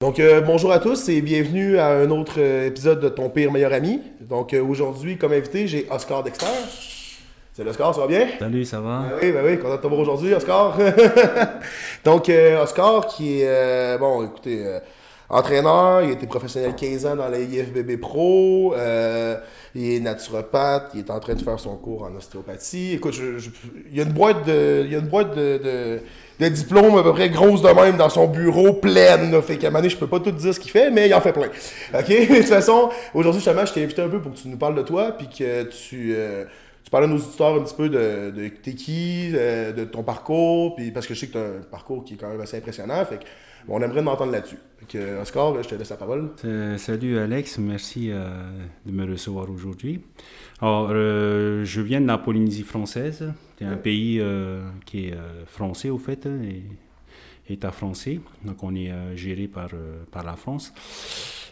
Donc, euh, bonjour à tous et bienvenue à un autre euh, épisode de Ton pire meilleur ami. Donc, euh, aujourd'hui, comme invité, j'ai Oscar Dexter. C'est Oscar, ça va bien? Salut, ça va? Ben oui, ben oui, content de te voir aujourd'hui, Oscar. Donc, euh, Oscar qui est, euh, bon, écoutez, euh, entraîneur, il a été professionnel 15 ans dans la IFBB Pro, euh, il est naturopathe, il est en train de faire son cours en ostéopathie. Écoute, je- je- il y a une boîte de, il y a une boîte de, de, de diplômes à peu près grosse de même dans son bureau, pleine, là. Fait qu'à un moment donné, je peux pas tout dire ce qu'il fait, mais il en fait plein. OK? De toute façon, aujourd'hui, justement, je t'ai invité un peu pour que tu nous parles de toi, puis que tu... euh, tu parlais à nos auditeurs un petit peu de, de t'es qui, euh, de ton parcours, puis parce que je sais que tu un parcours qui est quand même assez impressionnant, fait que, bon, on aimerait m'entendre là-dessus. Fait que, euh, Oscar, je te laisse la parole. Euh, Salut Alex, merci euh, de me recevoir aujourd'hui. Alors, euh, je viens de la Polynésie française, c'est un pays euh, qui est euh, français au fait, hein, et, État français, donc on est euh, géré par, euh, par la France.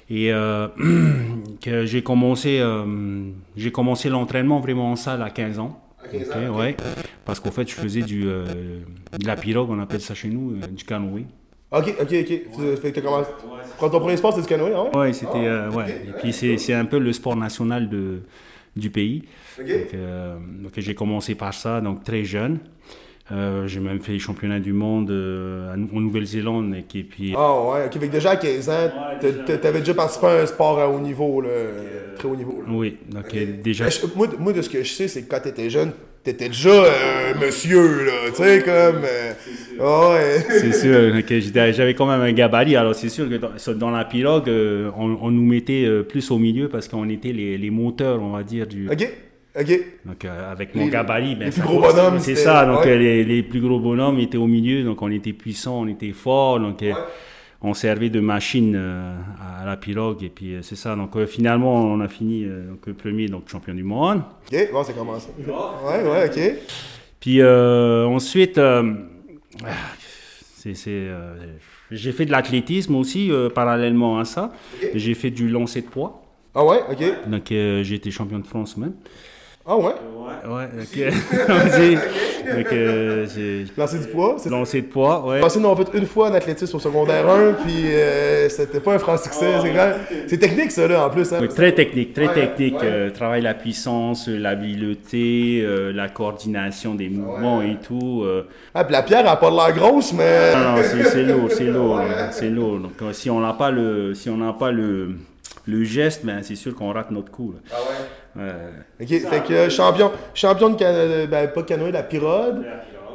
Et euh, que j'ai commencé, euh, j'ai commencé l'entraînement vraiment en salle à 15 ans. À 15 ans, Ok, ok. ouais. Parce qu'au fait, je faisais du, euh, de la pirogue, on appelle ça chez nous, euh, du canoë. Ok, ok, ok. Tu- Fait que t'as commencé. Prends ton premier sport, c'est du canoë, hein, ouais? Ouais, c'était. euh, ouais. Et puis c'est, c'est un peu le sport national de, du pays. Ok. Donc, euh, donc j'ai commencé par ça, donc très jeune. Euh, j'ai même fait les championnats du monde euh, à Nou- en Nouvelle-Zélande. Et qui- puis, Ah ouais, ok. Fait que déjà à 15 ans, t'a- t'a- t'avais déjà Euh, participé à un sport à haut niveau, là, très haut niveau. là. Oui, donc euh, déjà. Ben, je- moi, de- moi, de ce que je sais, c'est que quand t'étais jeune, t'étais déjà euh, monsieur, là, tu sais, comme... euh, ouais. C'est sûr que j'étais- j'avais quand même un gabarit. Alors, c'est sûr que dans, dans la pirogue, euh, on, on nous mettait euh, plus au milieu parce qu'on était les, les moteurs, on va dire, du, Ok, ok. Donc euh, avec mon Les- gabarit, ben, les ça plus gros force- bonhommes, c'est c'était- ça. Donc ouais. euh, les, les plus gros bonhommes étaient au milieu, donc on était puissants, on était forts, donc euh, on servait de machine euh, à, à la pirogue et puis euh, c'est ça. Donc euh, finalement on a fini euh, donc, premier, donc champion du monde. Ok, bon, c'est commencé. Ouais, ouais, ok. Puis euh, ensuite, euh, ah, c'est- c'est, euh, j'ai fait de l'athlétisme aussi euh, parallèlement à ça. J'ai fait du lancer de poids, Ah ouais, ok. donc euh, j'ai été champion de France même. Ah ouais. Ouais, ok. Vas-y. donc euh, j'ai- Lancer du poids, c'est. Lancer de poids, ouais. Passé, nous, on fait une fois en athlétisme au secondaire 1, puis euh, c'était pas un franc succès, c'est grave. C'est technique, ça, là, en plus. Hein. Oui, Très technique, très Ouais, technique. ouais. euh, travaille la puissance, euh, l'habileté, euh, la coordination des mouvements et tout. euh. Ah Ah, puis la pierre, elle a pas de l'air grosse, mais. Non, non, c'est c'est lourd, c'est lourd, hein, c'est lourd. Donc euh, si on n'a pas le, si on n'a pas le, le geste, ben c'est sûr qu'on rate notre coup. là. Ah Ouais. Ok, fait que euh, champion, champion de. cano- de- ben, pas de canoë, de la pirode.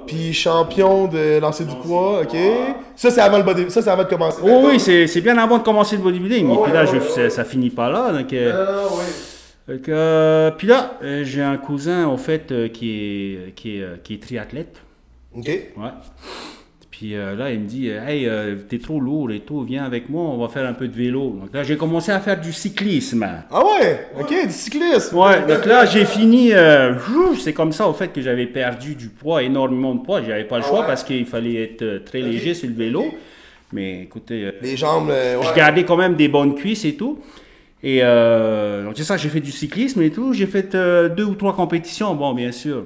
Puis champion de lancer du poids, ok. Ça, c'est avant le body. Ça, c'est avant de commencer. Oh oui, c'est c'est bien avant de commencer le bodybuilding. et puis là, je, ça, ça finit pas là. Donc, euh, Ah, ouais. Donc, euh, puis là, euh, j'ai un cousin, en fait, euh, qui, est, qui, est, euh, qui est triathlète. Ok. Ouais. Puis euh, là, il me dit euh, Hey, euh, t'es trop lourd et tout, viens avec moi, on va faire un peu de vélo. Donc là, j'ai commencé à faire du cyclisme. Ah ouais, ok, du cyclisme. Ouais, donc là, j'ai fini. euh, ouh, c'est comme ça, au fait, que j'avais perdu du poids, énormément de poids. J'avais pas le Ah choix ouais? parce qu'il fallait être euh, très léger sur le vélo. Mais écoutez. euh, Les jambes, euh, ouais. je gardais quand même des bonnes cuisses et tout. Et euh, donc c'est ça, j'ai fait du cyclisme et tout. J'ai fait euh, deux ou trois compétitions, bon, bien sûr.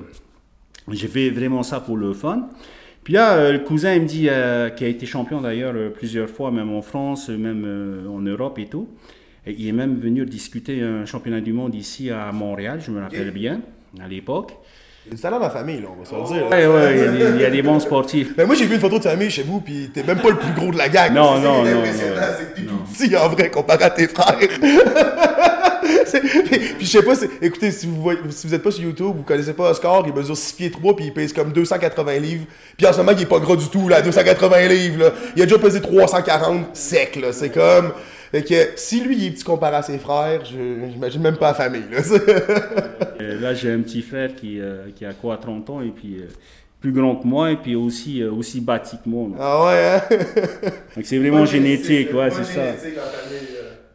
J'ai fait vraiment ça pour le fun. Puis là, euh, le cousin, il me dit, euh, qui a été champion d'ailleurs euh, plusieurs fois, même en France, euh, même euh, en Europe et tout. Et il est même venu discuter un championnat du monde ici à Montréal, je me rappelle bien, à l'époque. Il y a du talent dans la famille, là, on va se le dire. là. Ouais, ouais, il y a des- il y a des bons sportifs. Mais moi, j'ai vu une photo de famille chez vous, puis t'es même pas le plus gros de la gang. Non, C'est ça qui non, est non, impressionnant, non. c'est que t'es tout petit en vrai comparé à tes frères. C'est- puis, puis je sais pas, si- écoutez, si vous, voyez- si vous êtes pas sur YouTube, vous connaissez pas Oscar, il mesure 6 pieds 3 puis il pèse comme 280 livres. Puis en ce moment, il est pas gras du tout, là, 280 livres, là. Il a déjà pesé 340 sec, là. C'est comme. Fait que si lui, il est petit comparé à ses frères, je- j'imagine même pas la famille, là. Euh, Là, j'ai un petit frère qui, euh, qui a quoi, 30 ans, et puis euh, plus grand que moi, et puis aussi, euh, aussi bâti que moi. là. Ah ouais, hein? Donc, c'est vraiment génétique, ouais, c'est ça. euh,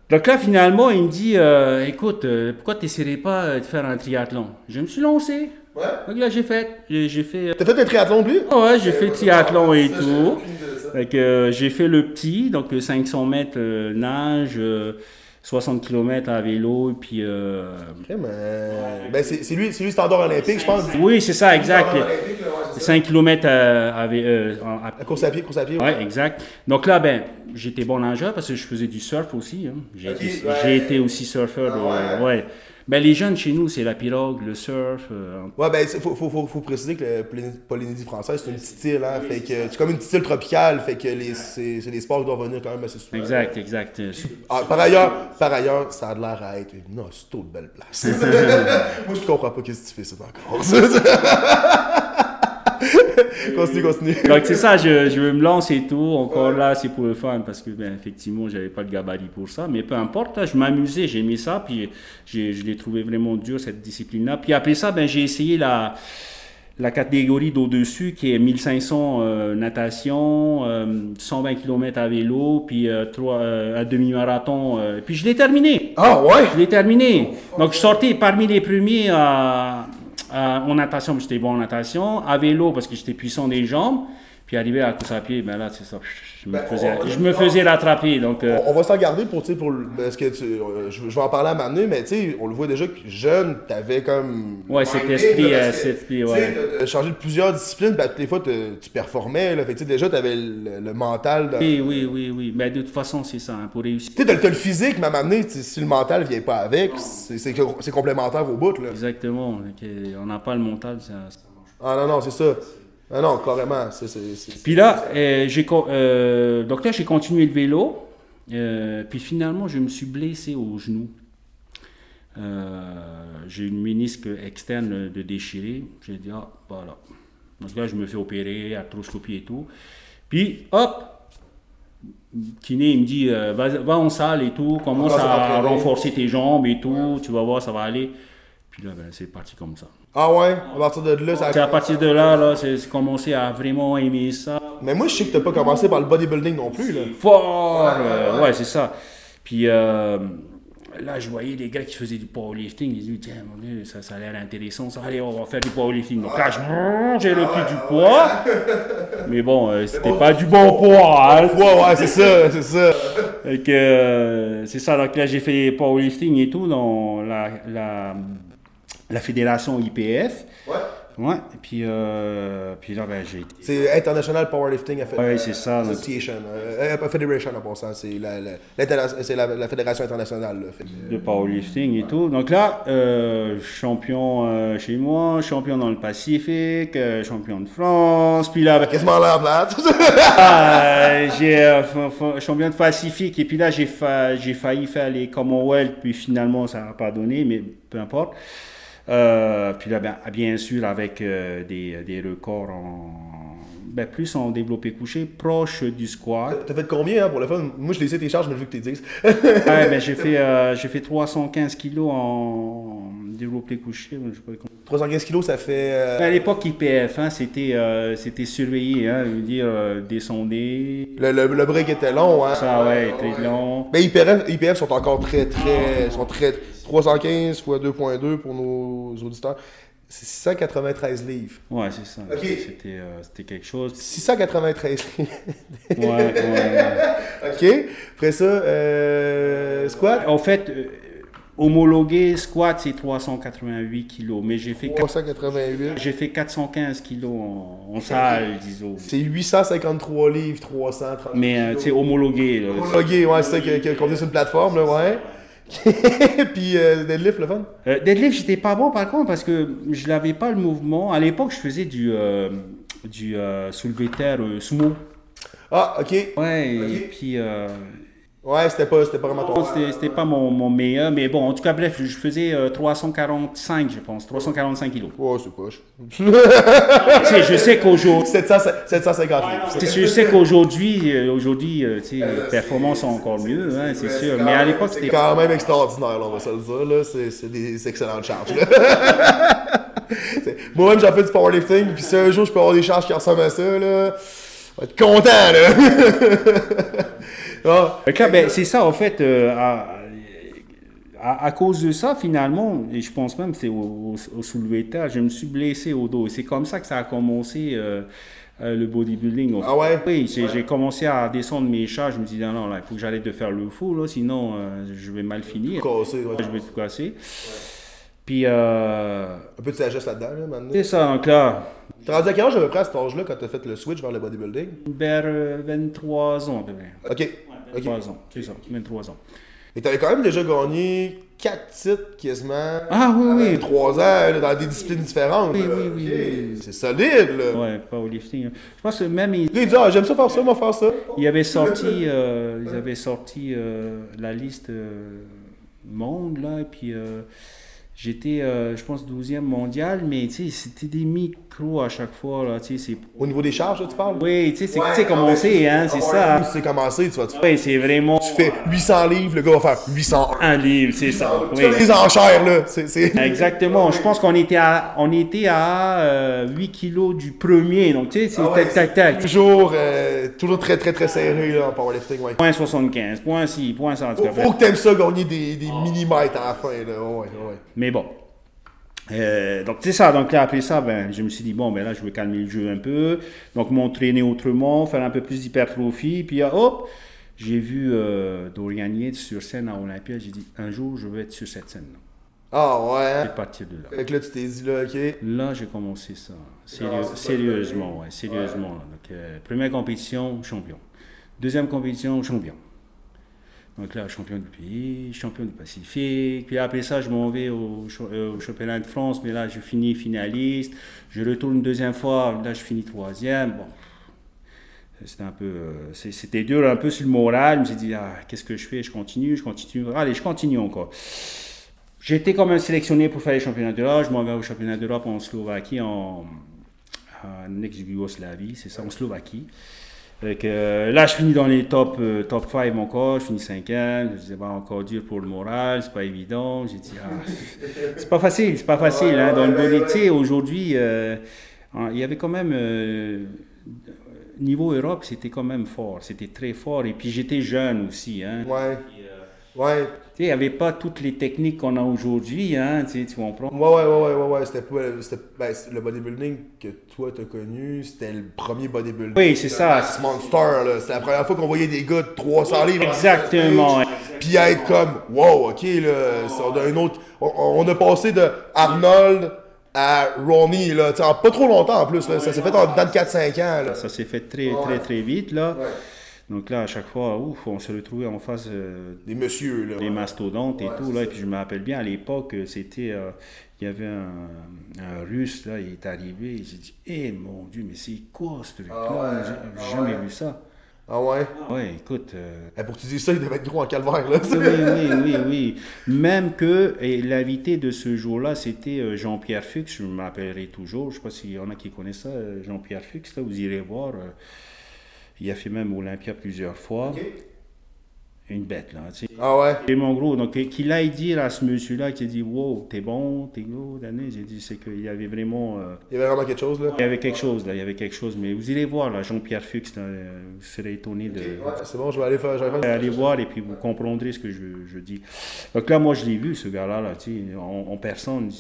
Donc là, finalement, il me dit euh, Écoute, euh, pourquoi tu n'essaierais pas euh, de faire un triathlon Je me suis lancé. Ouais. Donc là, j'ai fait. J'ai j'ai fait. euh, T'as fait un triathlon, lui? ah ouais, j'ai fait triathlon et tout. aucune idée de ça. Donc, euh, j'ai fait le petit, donc euh, 500 mètres euh, nage, euh, 60 km à vélo, et puis. euh, Ok, mais- Ben, c'est c'est lui, c'est lui le standard olympique, je pense. Oui, c'est ça, exact. Dans l'Olympique, là, ouais, c'est ça. 5 km à, à vé- euh, en- à- La course à pied, course à pied. Ouais, exact. Donc là, ben, j'étais bon nageur parce que je faisais du surf aussi. hein. J'ai Ok, été, ouais. j'ai été aussi surfeur. Ah ouais. ouais. Ben, les jeunes chez nous, c'est la pirogue, le surf. euh, Ouais, ben, il faut, faut, faut, faut préciser que la Polynésie- Polynésie française, c'est une petite île, hein. Fait que c'est comme une petite île tropicale, fait que les, c'est c'est des sports qui doivent venir quand même assez souvent. exact, exact. Euh, Ah, par ailleurs, par ailleurs, ça a de l'air à être une autre de belle place. Moi, je comprends pas qu'est-ce que tu fais, c'est encore. continue, continue. Donc c'est ça, je, je me lance et tout. Encore là, c'est pour le fun parce que ben, effectivement, j'avais pas le gabarit pour ça. Mais peu importe, là, je m'amusais, j'ai mis ça, puis j'ai- je l'ai trouvé vraiment dur cette discipline-là. Puis après ça, ben j'ai essayé la la catégorie d'au-dessus qui est 1500 euh, natation, euh, 120 km à vélo, puis euh, trois, euh, un demi-marathon. euh, puis je l'ai terminé. Ah, ouais! Je l'ai terminé. Donc, je sortais parmi les premiers à- à- en natation, parce que j'étais bon en natation, à vélo, parce que j'étais puissant des jambes. Puis arrivé à la course à pied, ben là, c'est ça. Je me Ben, faisais, on- je me faisais rattraper. Donc, euh, On- On va s'en garder pour, tu sais, pour le- parce que tu, euh, je, je vais en parler à Manu, mais tu sais, on le voit déjà que jeune, t'avais comme ouais, c'est mindé, esprit, là, euh, parce que, cet esprit, tu sais, ouais. t'as- t'as changé de plusieurs disciplines, puis à toutes les fois, te- tu performais, là, fait que, tu sais, déjà, t'avais le, le mental. dans- Tu Oui, oui, oui, oui. Ben, de toute façon, c'est ça, hein, pour réussir. sais, t'as t'as le physique, mais à un moment donné, tu sais, si le mental vient pas avec, c'est c'est- c'est complémentaire au bout, là. Exactement. Donc, euh, On n'a pas le mental, ça- ça marche. Ah non, non, c'est ça. Ah non, carrément, c'est... c'est- c'est- Puis là, euh, j'ai con- euh, donc là, j'ai continué le vélo. Euh, puis finalement, je me suis blessé au genou. Euh, j'ai une ménisque externe de déchirée. J'ai dit, ah, voilà. Donc là, je me fais opérer, arthroscopie et tout. Puis, hop, kiné, il me dit, euh, va, va en salle et tout, commence Commence à à, t'entraîner. renforcer tes jambes et tout, tu vas voir, ça va aller. Puis là, ben, c'est parti comme ça. Ah ouais, à partir de là, ça... C'est à partir de là, là, c'est c'est commencé à vraiment aimer ça. Mais moi, je sais que t'as pas commencé par le bodybuilding non plus, là. fort. Ouais, ouais, euh, ouais. ouais, c'est ça. Puis euh, là, je voyais les gars qui faisaient du powerlifting. Ils disaient, tiens, mon Dieu, ça, ça a l'air intéressant. Ça, allez, on va faire du powerlifting. Donc là, je- j'ai repris du poids. Mais bon, euh, c'était pas du bon poids. hein. Ouais, ouais, Ah, c'est ça, c'est ça. Fait que, euh, c'est ça, donc là j'ai fait powerlifting et tout dans la, la, la fédération IPF. Ouais. Ouais, et puis, euh, puis là ben, j'ai été. C'est International Powerlifting Affe- Ouais, c'est ça, donc- Association. euh, euh, pas Federation en passant, c'est la, la, l'interna- c'est la, la fédération internationale. là, fait que- euh, de powerlifting et tout. Donc là, euh, champion euh, chez moi, champion dans le Pacifique, euh, champion de France, puis là, ben, Quasiment l'air plate. ah, j'ai euh, fa- fa- champion de Pacifique, et puis là, j'ai fa- j'ai failli faire les Commonwealth, puis finalement, ça n'a pas donné, mais peu importe. Euh, puis là, ben, bien sûr, avec euh, des, des records en... Ben, plus en développé couché, proche du squat. T'as fait combien hein, pour le fun? Moi, je les sais tes charges, mais je veux que tu dises. Ouais, ben, j'ai fait, euh, j'ai fait 315 kilos en développé couché. Je sais pas comment- 315 kilos, ça fait. euh, À l'époque, IPF, hein, c'était, euh, c'était surveillé, hein, je veux dire, euh, descendez, le, le, le break était long, hein. ça, Ah ouais, était long. Mais IPF, IPF sont encore très, très. sont très. 315 x 2.2 pour nos auditeurs. C'est 693 livres. Ouais, c'est ça. Ok. C'était, euh, c'était quelque chose. 693 livres. Ouais, ouais. OK? Après ça, euh, squat. En fait, euh, homologué squat, c'est 388 kilos, mais j'ai fait, 388. j'ai fait 415 kilos en, en salle, disons. C'est 853 livres, 330. Mais, euh, tu sais, homologué, là. Homologué, ouais, c'est ça que- que- qu'on dit sur une plateforme, là, ouais. Puis euh, deadlift, le fun. Euh, deadlift, j'étais pas bon par contre parce que je n'avais pas le mouvement. À l'époque, je faisais du, euh, du euh, soulevé de terre euh, sumo. Ah, ok. Ouais, et Ok. puis euh, Ouais, c'était pas, c'était pas vraiment bon, ton. c'était c'était pas mon, mon meilleur, mais bon, en tout cas, bref, je faisais euh, 345, je pense, 345 kilos. Ouais, c'est poche. tu sais, je sais qu'aujourd'hui, 700 750 livres. tu sais, je sais qu'aujourd'hui, euh, aujourd'hui, euh, tu sais, là, les c'est- performances sont encore c'est- mieux, c'est- hein, c'est- c'est c'est sûr. quand Mais à même- l'époque, c'est C'est c'était quand même extraordinaire, là, on va se le dire, là. C'est c'est des excellentes charges, là. C'est- Moi-même, j'en fais du powerlifting, puis si un jour je peux avoir des charges qui ressemblent à ça, là, on va être content, là. Ah. Fait que là, ben, c'est ça, en fait, euh, à, à- à cause de ça, finalement, et je pense même que c'est au, au, au soulevé de terre, je me suis blessé au dos. Et c'est comme ça que ça a commencé euh, euh, le bodybuilding. Ah ouais? Oui, j'ai j'ai commencé à descendre mes chats. Je me disais, non, non, là, il faut que j'arrête de faire le fou, là, sinon euh, je vais mal finir. Cassé, ouais. Je vais tout casser. Puis, euh, Un peu de sagesse là-dedans, là, maintenant. c'est ça, donc là, T'es rendu à quel âge à peu près à cet âge-là quand t'as fait le switch vers le bodybuilding? vers euh, 23 ans, de vrai. Ok. Ok. 23 ans, c'est ça, 23 ans. Et t'avais quand même déjà gagné 4 titres quasiment. Ah oui, oui. 3 ans, là, dans des disciplines différentes. Oui, là. oui, oui, Ok, oui. C'est solide, là. Ouais, powerlifting. hein. Je pense que même ils, Là, il dit, ah, j'aime ça faire ça, moi faire ça. ils avaient sorti, euh, ils avaient sorti euh, la liste euh, monde, là, et puis euh, j'étais, euh, je pense, 12e mondial, mais tu sais, c'était des micros à chaque fois, là, tu sais, c'est... Au niveau des charges, là, tu parles? Oui, tu sais, c'est tu sais, comment c'est, hein, c'est ça. C'est commencé, tu vas. Tu Oui, c'est vraiment fais 800 livres, le gars va faire 801. un livre, c'est ça. Tu fais Ah oui. des enchères, là. C'est- C'est. Exactement. Je pense qu'on était à, on était à euh, 8 kilos du premier. Donc, tu sais, c'est Ah ouais, tac, tac, tac. Toujours, euh, toujours très, très, très serré, là, en powerlifting, ouais. Point 75, point 6, point 100, en tout Faut, cas, bref. faut que t'aimes ça, gagner des, des millimètres à la fin, là. Ouais, ouais. Mais bon. Euh, donc, c'est ça. Donc, là, après ça, ben, je me suis dit, bon, ben là, je vais calmer le jeu un peu. Donc, m'entraîner autrement, faire un peu plus d'hypertrophie. Puis, ah, hop, j'ai vu euh, Dorian Yates sur scène à Olympia. J'ai dit, un jour, je vais être sur cette scène-là. Ah, ouais. hein? À partir de là. Fait que là, tu t'es dit, là, OK. Là, j'ai commencé ça. Sérieux- Ah, c'est pas sérieusement, ouais, sérieusement. là. Donc, euh, première compétition, champion. Deuxième compétition, champion. Donc là, champion du pays, champion du Pacifique. Puis après ça, je m'en vais au, cho- euh, au championnat de France, mais là, je finis finaliste. Je retourne une deuxième fois, là, je finis troisième. Bon, c'était un peu, euh, c'est- c'était dur, un peu sur le moral. Je me suis dit, ah, qu'est-ce que je fais Je continue, je continue. Ah, Allez, je continue encore. J'étais quand même sélectionné pour faire les championnats d'Europe. Je m'en vais au championnat d'Europe en Slovaquie, en, en ex-Yougoslavie, c'est ça, en Slovaquie. Fait que, euh, là, je finis dans les top, euh, top 5 encore, je finis 5e. Je disais, bah, encore dur pour le moral, c'est pas évident. J'ai dit, ah, c'est pas facile, c'est pas facile. hein, dans le Ouais, ouais, body, tu sais, aujourd'hui, euh, en- il y avait quand même. euh, niveau Europe, c'était quand même fort, c'était très fort. Et puis j'étais jeune aussi. Hein. Ouais. Puis, euh, Ouais. tu sais, Il n'y avait pas toutes les techniques qu'on a aujourd'hui, hein, tu sais, tu comprends? Ouais, ouais, ouais, ouais, ouais, ouais. C'était pas. c'était- ben, c'est- le bodybuilding que toi, t'as connu, c'était le premier bodybuilding. Ah, Oui, c'est ça. C'est Monster, là. C'était la première fois qu'on voyait des gars de 300 livres. Exactement. Puis être comme, wow, ok, là, c'est- on a un autre. On, on a passé de Arnold à Ronnie, là, tu sais, en pas trop longtemps en plus, là, ça s'est fait en dedans de 4-5 ans, là. Ça s'est fait très, très, très vite, là. Donc là, à chaque fois, ouf, on se retrouvait en face euh, Des messieurs, là. des mastodontes et Ouais, tout, c'est là. ça. Et puis je me rappelle bien, à l'époque, euh, c'était... euh, il y avait un, un russe, là, il est arrivé, j'ai dit, eh mon Dieu, mais c'est quoi ce truc-là? ouais, J'ai- J'ai ah jamais ouais. vu ça. Ah ouais? Ouais, écoute, euh, Eh, pour que tu dises ça, il devait être gros en calvaire, là. Oui, oui, oui, oui. Même que et l'invité de ce jour-là, c'était euh, Jean-Pierre Fuchs, je m'appellerai toujours. Je ne sais pas s'il y en a qui connaissent ça, euh, Jean-Pierre Fuchs, là, vous irez voir. euh, il a fait même Olympia plusieurs fois. Une bête, là. tu sais. Ah ouais? Et mon gros, donc, et qu'il aille dire à ce monsieur-là, qu'il dit Wow, t'es bon, t'es gros, Danais. J'ai dit, c'est qu'il y avait vraiment. euh, Il y avait vraiment quelque chose, là. il y avait quelque chose, là, il y avait quelque chose. Mais vous irez voir, là, Jean-Pierre Fuchs, là, euh, vous serez étonné de. Ouais, c'est bon, je vais aller faire. je vais aller faire- Allez voir et puis vous comprendrez ce que je, je dis. Donc là, moi, je l'ai vu, ce gars-là, là, tu sais, en, en personne.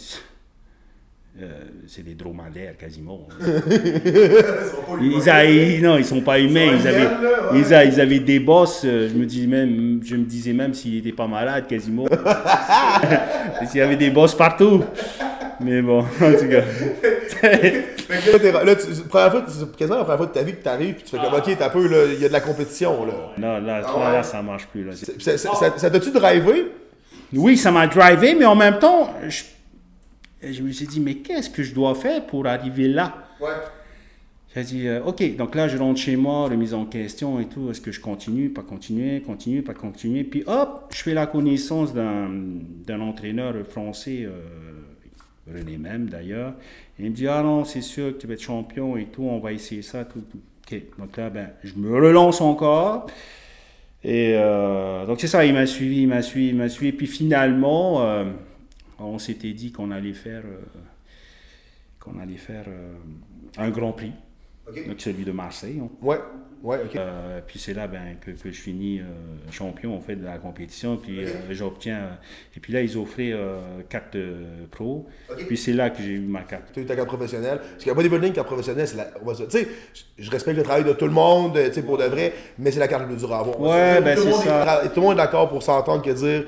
euh, c'est des dromadaires quasiment. Ils, a- ils- non, ils sont pas humains. Ils avaient, ils, a- ils avaient des bosses. euh, Je me dis même, je me disais même s'il était pas malade quasiment. S'il y avait des bosses partout. Mais bon, en tout cas. Là, t'es- là, tu- c'est- première fois, c'est quasiment la première fois de ta vie que t'arrives, puis tu fais comme, ok, t'as peu, là, il y a de la compétition, là. Non, là, là, là, ça marche plus. Là. C'est- c'est- c'est- ça ça t'a-tu drivé? Oui, ça m'a drivé, mais en même temps, je, je me suis dit, mais qu'est-ce que je dois faire pour arriver là Ouais. J'ai dit, euh, ok, donc là, je rentre chez moi, remise en question et tout. Est-ce que je continue, pas continuer, continuer, pas continuer Puis hop, je fais la connaissance d'un d'un entraîneur français, euh, René même d'ailleurs. Il me dit, ah non, c'est sûr que tu vas être champion et tout, on va essayer ça, tout. tout. Ok, donc là, ben, je me relance encore. Et euh, donc c'est ça, il m'a suivi, il m'a suivi, il m'a suivi. Et puis finalement, euh, on s'était dit qu'on allait faire, euh, qu'on allait faire euh, un Grand Prix. OK. donc celui de Marseille. on- Ouais, ouais, ok. Euh, puis c'est là ben, que, que je finis euh, champion en fait, de la compétition. Puis Ok. euh, j'obtiens. euh, et puis là, ils offraient euh, carte euh, pro. Ok. Puis c'est là que j'ai eu ma carte. Tu as ta carte professionnelle. Parce que bodybuilding, carte professionnelle, c'est la. on va se- Tu sais, je- je respecte le travail de tout le monde, euh, tu sais, pour de vrai, mais c'est la carte la plus dure à avoir. Ouais, On va se dire, ben, tout le c'est monde est ça. tra- Tout le monde est d'accord pour s'entendre que dire.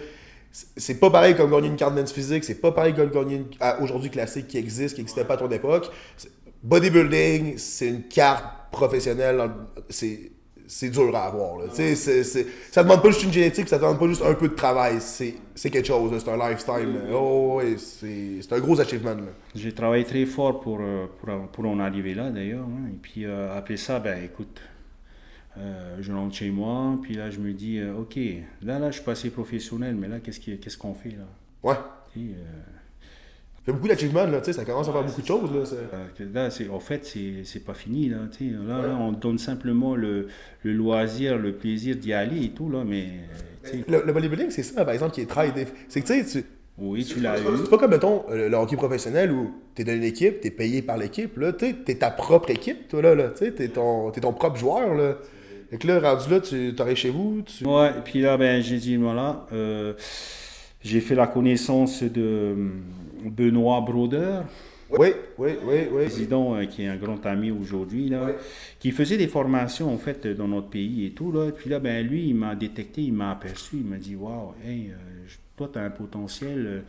c'est- C'est pas pareil comme gagner une carte men's physique, c'est pas pareil comme gagner une. à- Aujourd'hui classique qui existe, qui n'existait pas à ton époque. C'est- Bodybuilding, c'est une carte professionnelle. dans le- C'est. C'est dur à avoir. Là. Tu sais, c'est- c'est- ça demande pas juste une génétique, ça demande pas juste un peu de travail. C'est c'est quelque chose, là, c'est un lifetime. là. Oh, ouais, c'est c'est un gros achievement. Là. J'ai travaillé très fort pour, euh, pour, en- pour en arriver là d'ailleurs. hein. Et puis euh, après ça, ben écoute, euh, je rentre chez moi. Puis là, je me dis, euh, ok, là, là, je suis passé professionnel, mais là, qu'est-ce qui- qu'est-ce qu'on fait là Ouais. Tu sais, euh, Il y a beaucoup d'achievements, là, tu sais, ça commence à faire beaucoup de choses, là. c'est- Euh, que Là, c'est- en fait, c'est c'est pas fini. Là, tu sais. là, là, on donne simplement le, le loisir, le plaisir d'y aller et tout, là, mais tu sais, Le, le bodybuilding, c'est ça, par exemple, qui est très... C'est que, tu sais, tu- oui, tu l'as eu. c'est pas comme, mettons, euh, le, le hockey professionnel où t'es dans une équipe, t'es payé par l'équipe, là, tu sais, t'es ta propre équipe, toi, là, là, tu sais, t'es ton, t'es ton propre joueur, là. Fait que là, rendu là, tu t'arrives chez vous, tu... Ouais, et puis là, ben, j'ai dit, voilà, euh, j'ai fait la connaissance de hum, Benoît Broder, Oui, oui, oui, oui. président euh, qui est un grand ami aujourd'hui, là, Ouais. qui faisait des formations, en fait, dans notre pays et tout, là. Et puis là, ben, lui, il m'a détecté, il m'a aperçu, il m'a dit, waouh, hey, euh, je- toi, tu as un potentiel, euh,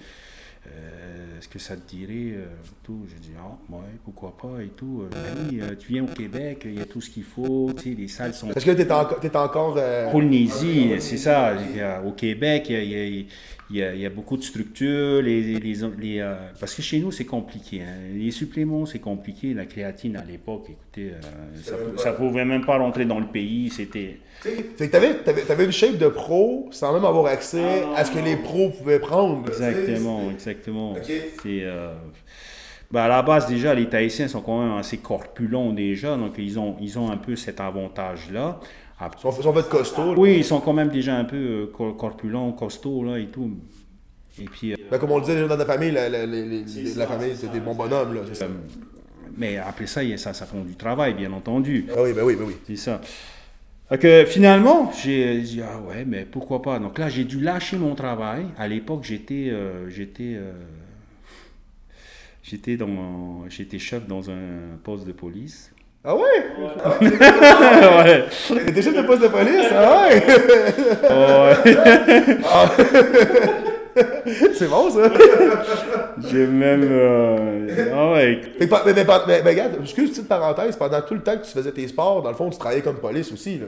euh, est-ce que ça te dirait, euh, tout? J'ai dit, ah, ouais, pourquoi pas, et tout. Euh, Ben oui, euh, tu viens au Québec, il y a tout ce qu'il faut, tu sais, les salles sont Parce que là, t'es encore... T'es encore euh, Polynésie, c'est ça. Il y a- au Québec, il y a, il y a- il y a- il y a beaucoup de structures. Les, les- les, euh, parce que chez nous, c'est compliqué. hein. Les suppléments, c'est compliqué. La créatine, à l'époque, écoutez, euh, ça pou- ça ne pouvait même pas rentrer dans le pays. C'était. Fait que t'avais, t'avais, t'avais une shape de pro sans même avoir accès à ce que les pros pouvaient prendre. là, tu sais. Exactement, exactement. Ok. C'est, euh, bah, à la base, déjà, les Tahitiens sont quand même assez corpulents déjà. Donc, ils ont, ils ont un peu cet avantage-là. Après- Ils sont, ils sont fait costauds, là. Oui, ils sont quand même déjà un peu euh, cor- corpulents, costauds, là, et tout. Et puis, euh, Ben, comme on le disait déjà dans ta famille, la, la- les- les- la famille, c'est des bons bonhommes, là. c'est ça. Mais après ça, il y a ça, ça prend du travail, bien entendu. Ah oui, ben oui, ben oui. C'est ça. Fait que finalement, j'ai dit, ah ouais, mais pourquoi pas. Donc là, j'ai dû lâcher mon travail. À l'époque, j'étais euh, j'étais euh, j'étais dans j'étais chef dans un poste de police. Ah ouais? Ouais. T'es chef de poste de police? Ah ouais? Ouais. c'est bon, ça. J'ai même... euh, ah ouais, Fait que pa- mais, mais, pa- mais- mais regarde, excuse, petite parenthèse, pendant tout le temps que tu faisais tes sports, dans le fond, tu travaillais comme police aussi, là.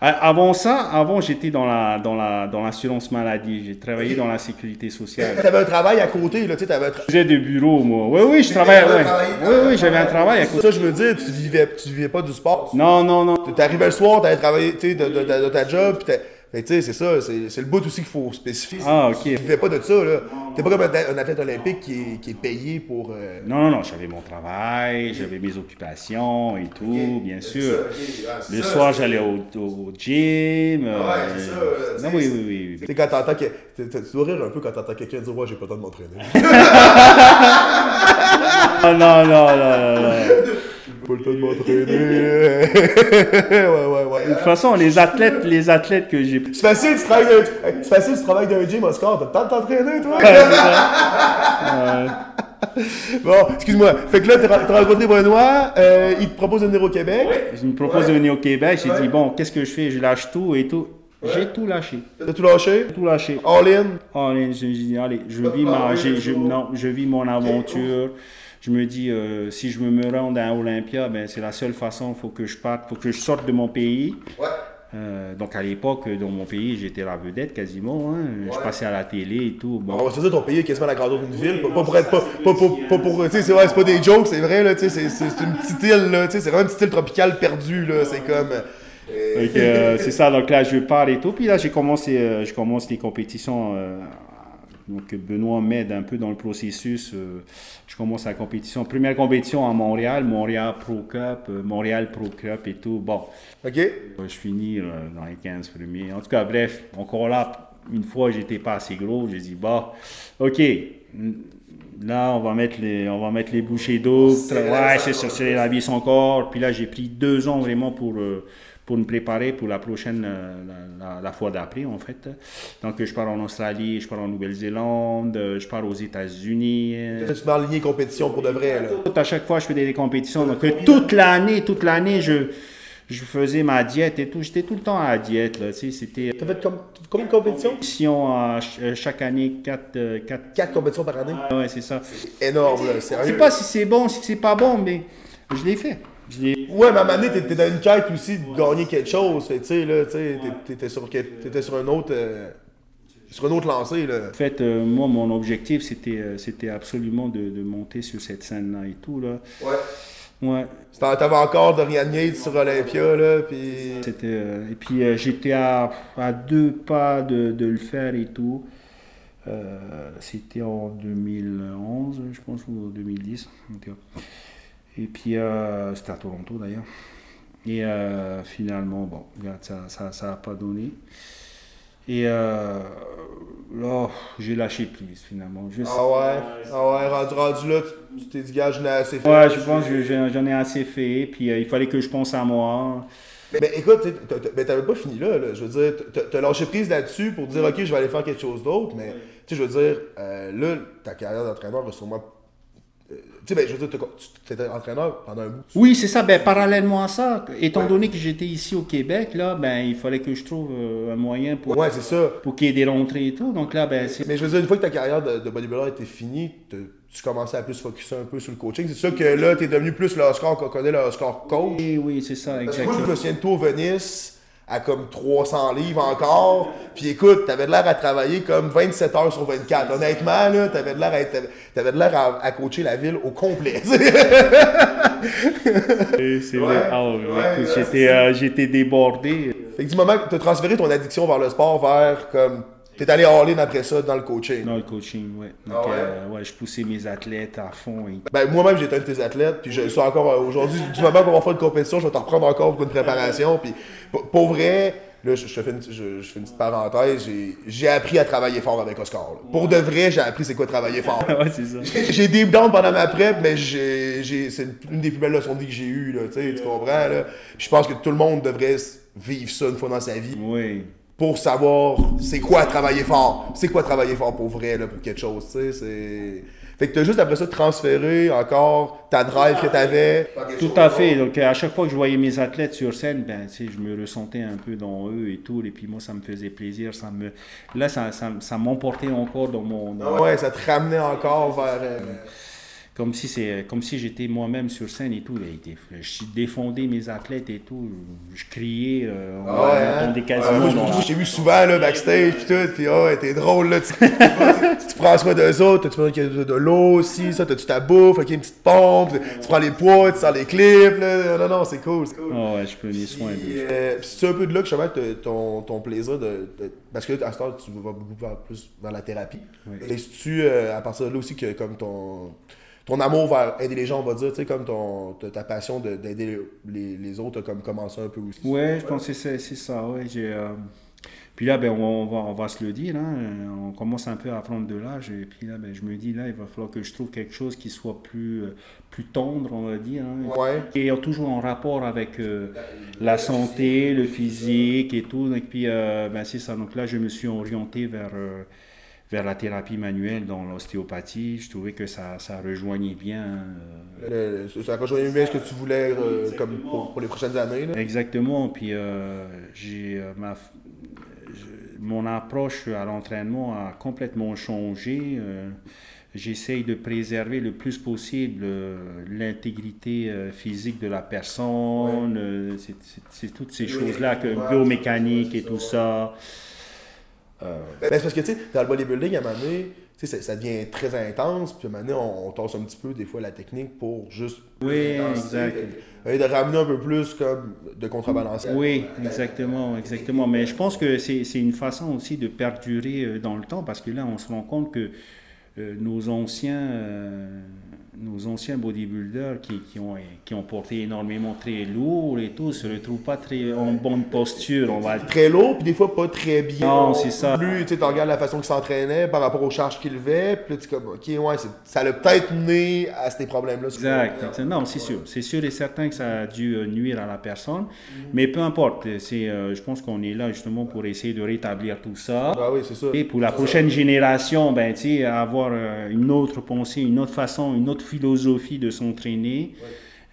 A- Avant ça, avant j'étais dans la dans la dans l'assurance maladie, j'ai travaillé dans la sécurité sociale. T'avais un travail à côté, là, tu sais, t'avais un tra- J'ai des bureaux moi. Oui oui, je travaillais. t'avais ouais. travaillé- Oui oui, j'avais un travail à côté. Ça, je veux dire, tu vivais, tu vivais pas du sport. Non non non. T'arrivais le soir, t'allais travailler, tu sais, de, de- de- de ta job, pis t'as- Mais tu sais, c'est ça, c'est c'est le bout aussi qu'il faut spécifier. Ah, ok. Tu vivais pas de ça, là. T'es pas comme un athlète- un athlète olympique qui est, qui est payé pour... euh, Non non non, j'avais mon travail, j'avais mes occupations et tout, Euh, bien sûr. ah, Le soir, j'allais au, au gym. euh, Ouais, c'est ça, là, tu non sais, oui c'est- oui oui. Tu sais, quand t'entends que. Tu tu- tu dois rire un peu quand t'entends quelqu'un dire Ouais, j'ai pas le temps de m'entraîner. Ah, non non non non. non. J'ai pas le temps de m'entraîner. ouais, ouais, De ouais. toute façon, les athlètes les athlètes que j'ai C'est facile, tu travailles d'un- hey, c'est facile, tu travailles d'un gym, Oscar. T'as le temps de t'entraîner, toi? Bon, excuse-moi. Fait que là, t'as t'as rencontré Benoît, euh, il te propose de venir au Québec. je me propose de venir au Québec, j'ai dit bon, qu'est-ce que je fais Je lâche tout et tout. J'ai tout lâché. T'as tout lâché? Tout lâché. All in? Oh, allez, je, je dis, allez, je vis Ah, ma, j'ai- je, non, je vis mon aventure. Je me dis, euh, si je me me rends à Olympia, ben, c'est la seule façon. faut que je parte, faut que je sorte de mon pays. Ouais. Euh, donc, à l'époque, dans mon pays, j'étais la vedette quasiment. hein. Je passais à la télé et tout. Bon. On va se dire, ton pays est quasiment la grandeur d'une ville. Pas, pas pour être. Pas, pas, pas, pas pour. Tu sais, c'est ouais, c'est pas des jokes, c'est vrai, là. Tu sais, c'est- c'est c'est une petite île, là. Tu sais, c'est vraiment une petite île tropicale perdue, là. C'est comme. euh, Donc, euh, c'est ça, donc là je pars et tout. Puis là j'ai commencé, euh, je commence les compétitions. euh, donc Benoît m'aide un peu dans le processus. euh, je commence la compétition. Première compétition à Montréal, Montréal Pro Cup, euh, Montréal Pro Cup et tout. Bon, OK? euh, je finis euh, dans les 15 premiers. En tout cas, bref, encore là, une fois j'étais pas assez gros, j'ai dit, bah, ok, Là, on va mettre les, on va mettre les bouchées d'eau. Serrer ça, Ouais, c'est quoi. ça, c'est la vie son corps. Puis là, j'ai pris deux ans vraiment pour, euh, pour me préparer pour la prochaine, euh, la, la- la fois d'après, en fait. Donc, euh, je pars en Australie, je pars en Nouvelle-Zélande, euh, je pars aux États-Unis. euh. Tu m'as aligné compétition pour de vrai, là. À chaque fois, je fais des, des compétitions. Donc, euh, toute l'année, toute l'année, je, je faisais ma diète et tout. J'étais tout le temps à la diète, là. Tu sais, c'était. T'as fait com- combien de compétitions? compétition à ch- euh, chaque année, 4 quatre... Quatre compétitions par année. Ouais, c'est ça. Énorme, là, Je sais sérieux. pas si c'est bon, si c'est pas bon, mais je l'ai fait. Je l'ai- Ouais, mais à un moment donné, t'étais dans une quête aussi de gagner quelque chose. Fait que, tu sais, là, tu sais, t'étais- t'étais sur, que- t'étais sur un autre... euh, sur un autre lancé, là. En fait, euh, moi, mon objectif, c'était, euh, c'était absolument de, de monter sur cette scène-là et tout. Là. Ouais. Ouais. T'en- T'avais encore Dorian Yates sur Olympia, là, puis... C'était, euh, et puis, euh, j'étais à, à deux pas de, de le faire et tout. Euh, c'était en 2011, je pense, ou en 2010. en tout cas. euh. Et puis, euh, c'était à Toronto d'ailleurs. Et euh, finalement, bon, regarde, ça n'a ça, ça a pas donné. Et euh, là, j'ai lâché prise finalement. Je sais- Ah ouais, ah ouais, rendu, rendu là, tu- tu t'es dit, gars, je n'ai assez fait. Ouais, je pense que j'en j'en ai assez fait. Puis euh, il fallait que je pense à moi. Mais écoute, t'sais, t'as- t'as- mais t'avais pas fini là, là. Je veux dire, t'as- t'as lâché prise là-dessus pour dire, OK, je vais aller faire quelque chose d'autre, mais tu sais, je veux dire, euh, là, ta carrière d'entraîneur va sûrement. euh, tu sais, ben, je veux dire, t'as- tu étais entraîneur pendant un bout. Oui, c'est ça. Ben, parallèlement à ça, étant donné que j'étais ici au Québec, là, ben, il fallait que je trouve euh, un moyen pour, Ouais, c'est ça. pour qu'il y ait des rentrées et tout. Donc là, ben, c'est... Mais je veux dire, une fois que ta carrière de, de bodybuilder était finie, te- tu commençais à plus focuser un peu sur le coaching. C'est sûr que là, t'es devenu plus le score qu'on connaît, le score coach. Oui, Eh oui, c'est ça, Parce que moi, exactement. je me souviens de toi au Venise, à comme 300 livres encore. Puis écoute, t'avais de l'air à travailler comme 27 heures sur 24. Honnêtement, là, t'avais de l'air à, être- t'avais- t'avais de l'air à, à coacher la ville au complet. Oui, c'est Ouais, vrai. Ah, ouais, ouais, écoute, ouais, j'étais, euh, j'étais débordé. euh, fait que du moment que t'as transféré ton addiction vers le sport, vers comme. T'es allé all-in après ça dans le coaching. Dans le coaching, ouais. Donc, Ah ouais? euh, ouais, je poussais mes athlètes à fond. et- Ben, moi-même, j'étais un de tes athlètes, puis je le suis encore euh, aujourd'hui. Du moment qu'on va faire une compétition, je vais t'en reprendre encore pour une préparation. Puis, pour- pour vrai, là, je, je te fais, une, je, je fais une petite parenthèse, j'ai- j'ai appris à travailler fort avec Oscar. là. Pour de vrai, j'ai appris c'est quoi travailler fort. ouais, c'est ça. J'ai des down pendant ma prep, mais j'ai, j'ai- c'est une des plus belles leçons de vie que j'ai eues, là, tu sais, tu comprends, là. Puis je pense que tout le monde devrait s- vivre ça une fois dans sa vie Oui. pour savoir c'est quoi travailler fort, c'est quoi travailler fort pour vrai, là, pour quelque chose, tu sais, c'est... Fait que t'as juste après ça transféré encore ta drive que t'avais. Tout à fait. Donc, à chaque fois que je voyais mes athlètes sur scène, ben, tu sais, je me ressentais un peu dans eux et tout. Et puis, moi, ça me faisait plaisir. Ça me... Là, ça, ça, ça m'emportait encore dans mon. dans- Ah Ouais, ça te ramenait encore vers... euh, Comme si, c'est, comme si j'étais moi-même sur scène et tout. Et des- Je défendais mes athlètes et tout. Je criais. euh, on Ah ouais, hein? entendait Ah, quasiment. moi, je- dans la- je t'ai vu souvent, là, backstage, pis tout, pis oh, t'es drôle, là, tu, tu prends soin d'eux autres, t'as-tu besoin qu'il y ait de, de l'eau aussi, ça, t'as-tu ta bouffe, ok, une petite pompe, tu prends les poids, tu sors les clips, là, non, non, c'est cool, c'est cool. Ah ouais, je prenais soin d'eux. Pis, euh, pis c'est un peu de là que je te ton, ton plaisir de, de- Parce que à ce temps, tu vas beaucoup vers- plus vers la thérapie. Oui. Et si tu euh, à partir de là aussi que comme ton, ton amour vers aider les gens, on va dire, tu sais, comme ton, ta- ta passion de- d'aider les, les autres a comme commencé un peu aussi. Ouais, je pense que c'est c'est ça. Ouais, j'ai, euh, Puis là, ben, on, va, on va se le dire, hein, euh, on commence un peu à prendre de l'âge. Et puis là, ben, je me dis, là, il va falloir que je trouve quelque chose qui soit plus, euh, plus tendre, on va dire. hein. Ouais. Et toujours en rapport avec euh, la santé, le physique et tout. Et puis, euh, ben, c'est ça. Donc là, je me suis orienté vers, euh, vers la thérapie manuelle dans l'ostéopathie. Je trouvais que ça, ça rejoignait bien. euh, Le- le- ça rejoignait bien ce que tu voulais euh, comme pour, pour les prochaines années. là. Exactement. Puis euh, j'ai euh, ma f- je- mon approche à l'entraînement a complètement changé. Euh, J'essaye de préserver le plus possible euh, l'intégrité euh, physique de la personne. Euh, c'est- c'est- C'est toutes ces choses-là, que biomécanique et tout ça. Euh, Ben, c'est parce que, tu sais, dans le bodybuilding, à un moment donné, tu sais, ça, ça devient très intense, puis à un moment donné, on, on torse un petit peu, des fois, la technique pour juste... oui, Intensité. exact. Et de ramener un peu plus, comme, de contrebalancer. Oui, exactement, exactement. Mais je pense que c'est c'est une façon aussi de perdurer euh, dans le temps parce que là, on se rend compte que euh, nos anciens, euh, nos anciens bodybuilders qui, qui ont, qui ont porté énormément très lourd et tout, se retrouvent pas très en bonne posture, on va dire. Très lourd, puis des fois pas très bien. Non, c'est ça. Plus, tu sais, t'en regardes la façon qu'il s'entraînait par rapport aux charges qu'il levait, puis là, tu es comme, ok, ouais, c'est- ça l'a peut-être mené à ces problèmes-là. sur le Exact. long terme. exact. Non, c'est sûr. C'est sûr et certain que ça a dû euh, nuire à la personne. Mais peu importe. C'est, euh, je pense qu'on est là justement pour essayer de rétablir tout ça. Ah oui, c'est ça. Et pour la prochaine génération, ben, tu sais, avoir euh, une autre pensée, une autre façon, une autre philosophie de s'entraîner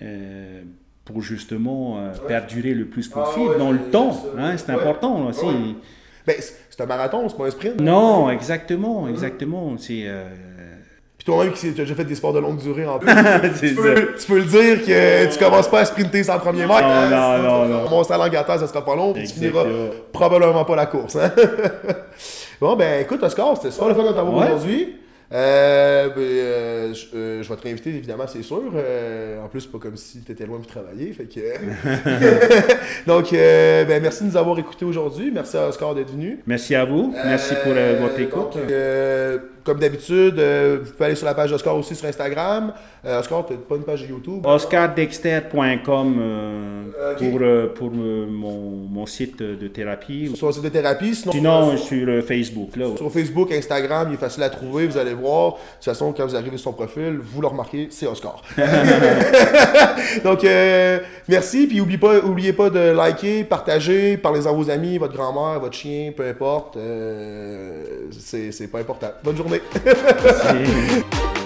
euh, pour justement euh, perdurer le plus Ah possible ouais, dans le c'est temps. ça. hein, c'est Ouais. Ah important aussi. Ouais. Ben, c'est c'est un marathon, c'est pas un sprint. Non, exactement, exactement. C'est, euh, Puis toi-même qui as déjà fait des sports de longue durée en plus, c'est tu, peux, tu peux le dire que tu commences pas à sprinter sans premier mètre. Non, hein, non, sinon, non, non. Mon salon gâteau, ça sera pas long, puis tu Exactement. finiras probablement pas la course. hein. bon, ben écoute, Oscar, c'était super le fun de t'avoir Ouais. aujourd'hui. Euh, ben, euh, je, euh, je vais te réinviter, évidemment, c'est sûr. Euh, en plus, c'est pas comme si t'étais loin de travailler. Fait que... Donc, euh, ben, merci de nous avoir écoutés aujourd'hui. Merci à Oscar d'être venu. Merci à vous. Merci pour euh, Euh, votre écoute. donc, euh, comme d'habitude, euh, vous pouvez aller sur la page d'Oscar aussi sur Instagram. Euh, Oscar, tu pas une page YouTube. OscarDexter.com euh, Euh, ok. pour, euh, pour euh, mon, mon site de thérapie. Sur le site de thérapie, sinon, Sinon, sur euh, Facebook. Là, sur Facebook, Instagram, il est facile à trouver, vous allez voir. De toute façon, quand vous arrivez sur son profil, vous le remarquez, c'est Oscar. Donc, euh, merci, puis n'oubliez pas, oubliez pas de liker, partager, parlez-en à vos amis, votre grand-mère, votre chien, peu importe. Euh, c'est c'est pas important. Bonne journée. C'est-